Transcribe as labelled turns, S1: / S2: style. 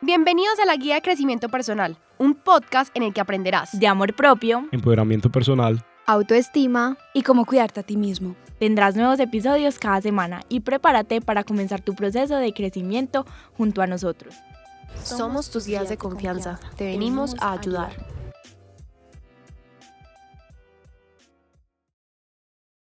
S1: Bienvenidos a la Guía de Crecimiento Personal, un podcast en el que aprenderás
S2: de amor propio,
S3: empoderamiento personal,
S4: autoestima
S5: y cómo cuidarte a ti mismo.
S2: Tendrás nuevos episodios cada semana y prepárate para comenzar tu proceso de crecimiento junto a nosotros.
S1: Somos tus guías de confianza, te venimos a ayudar.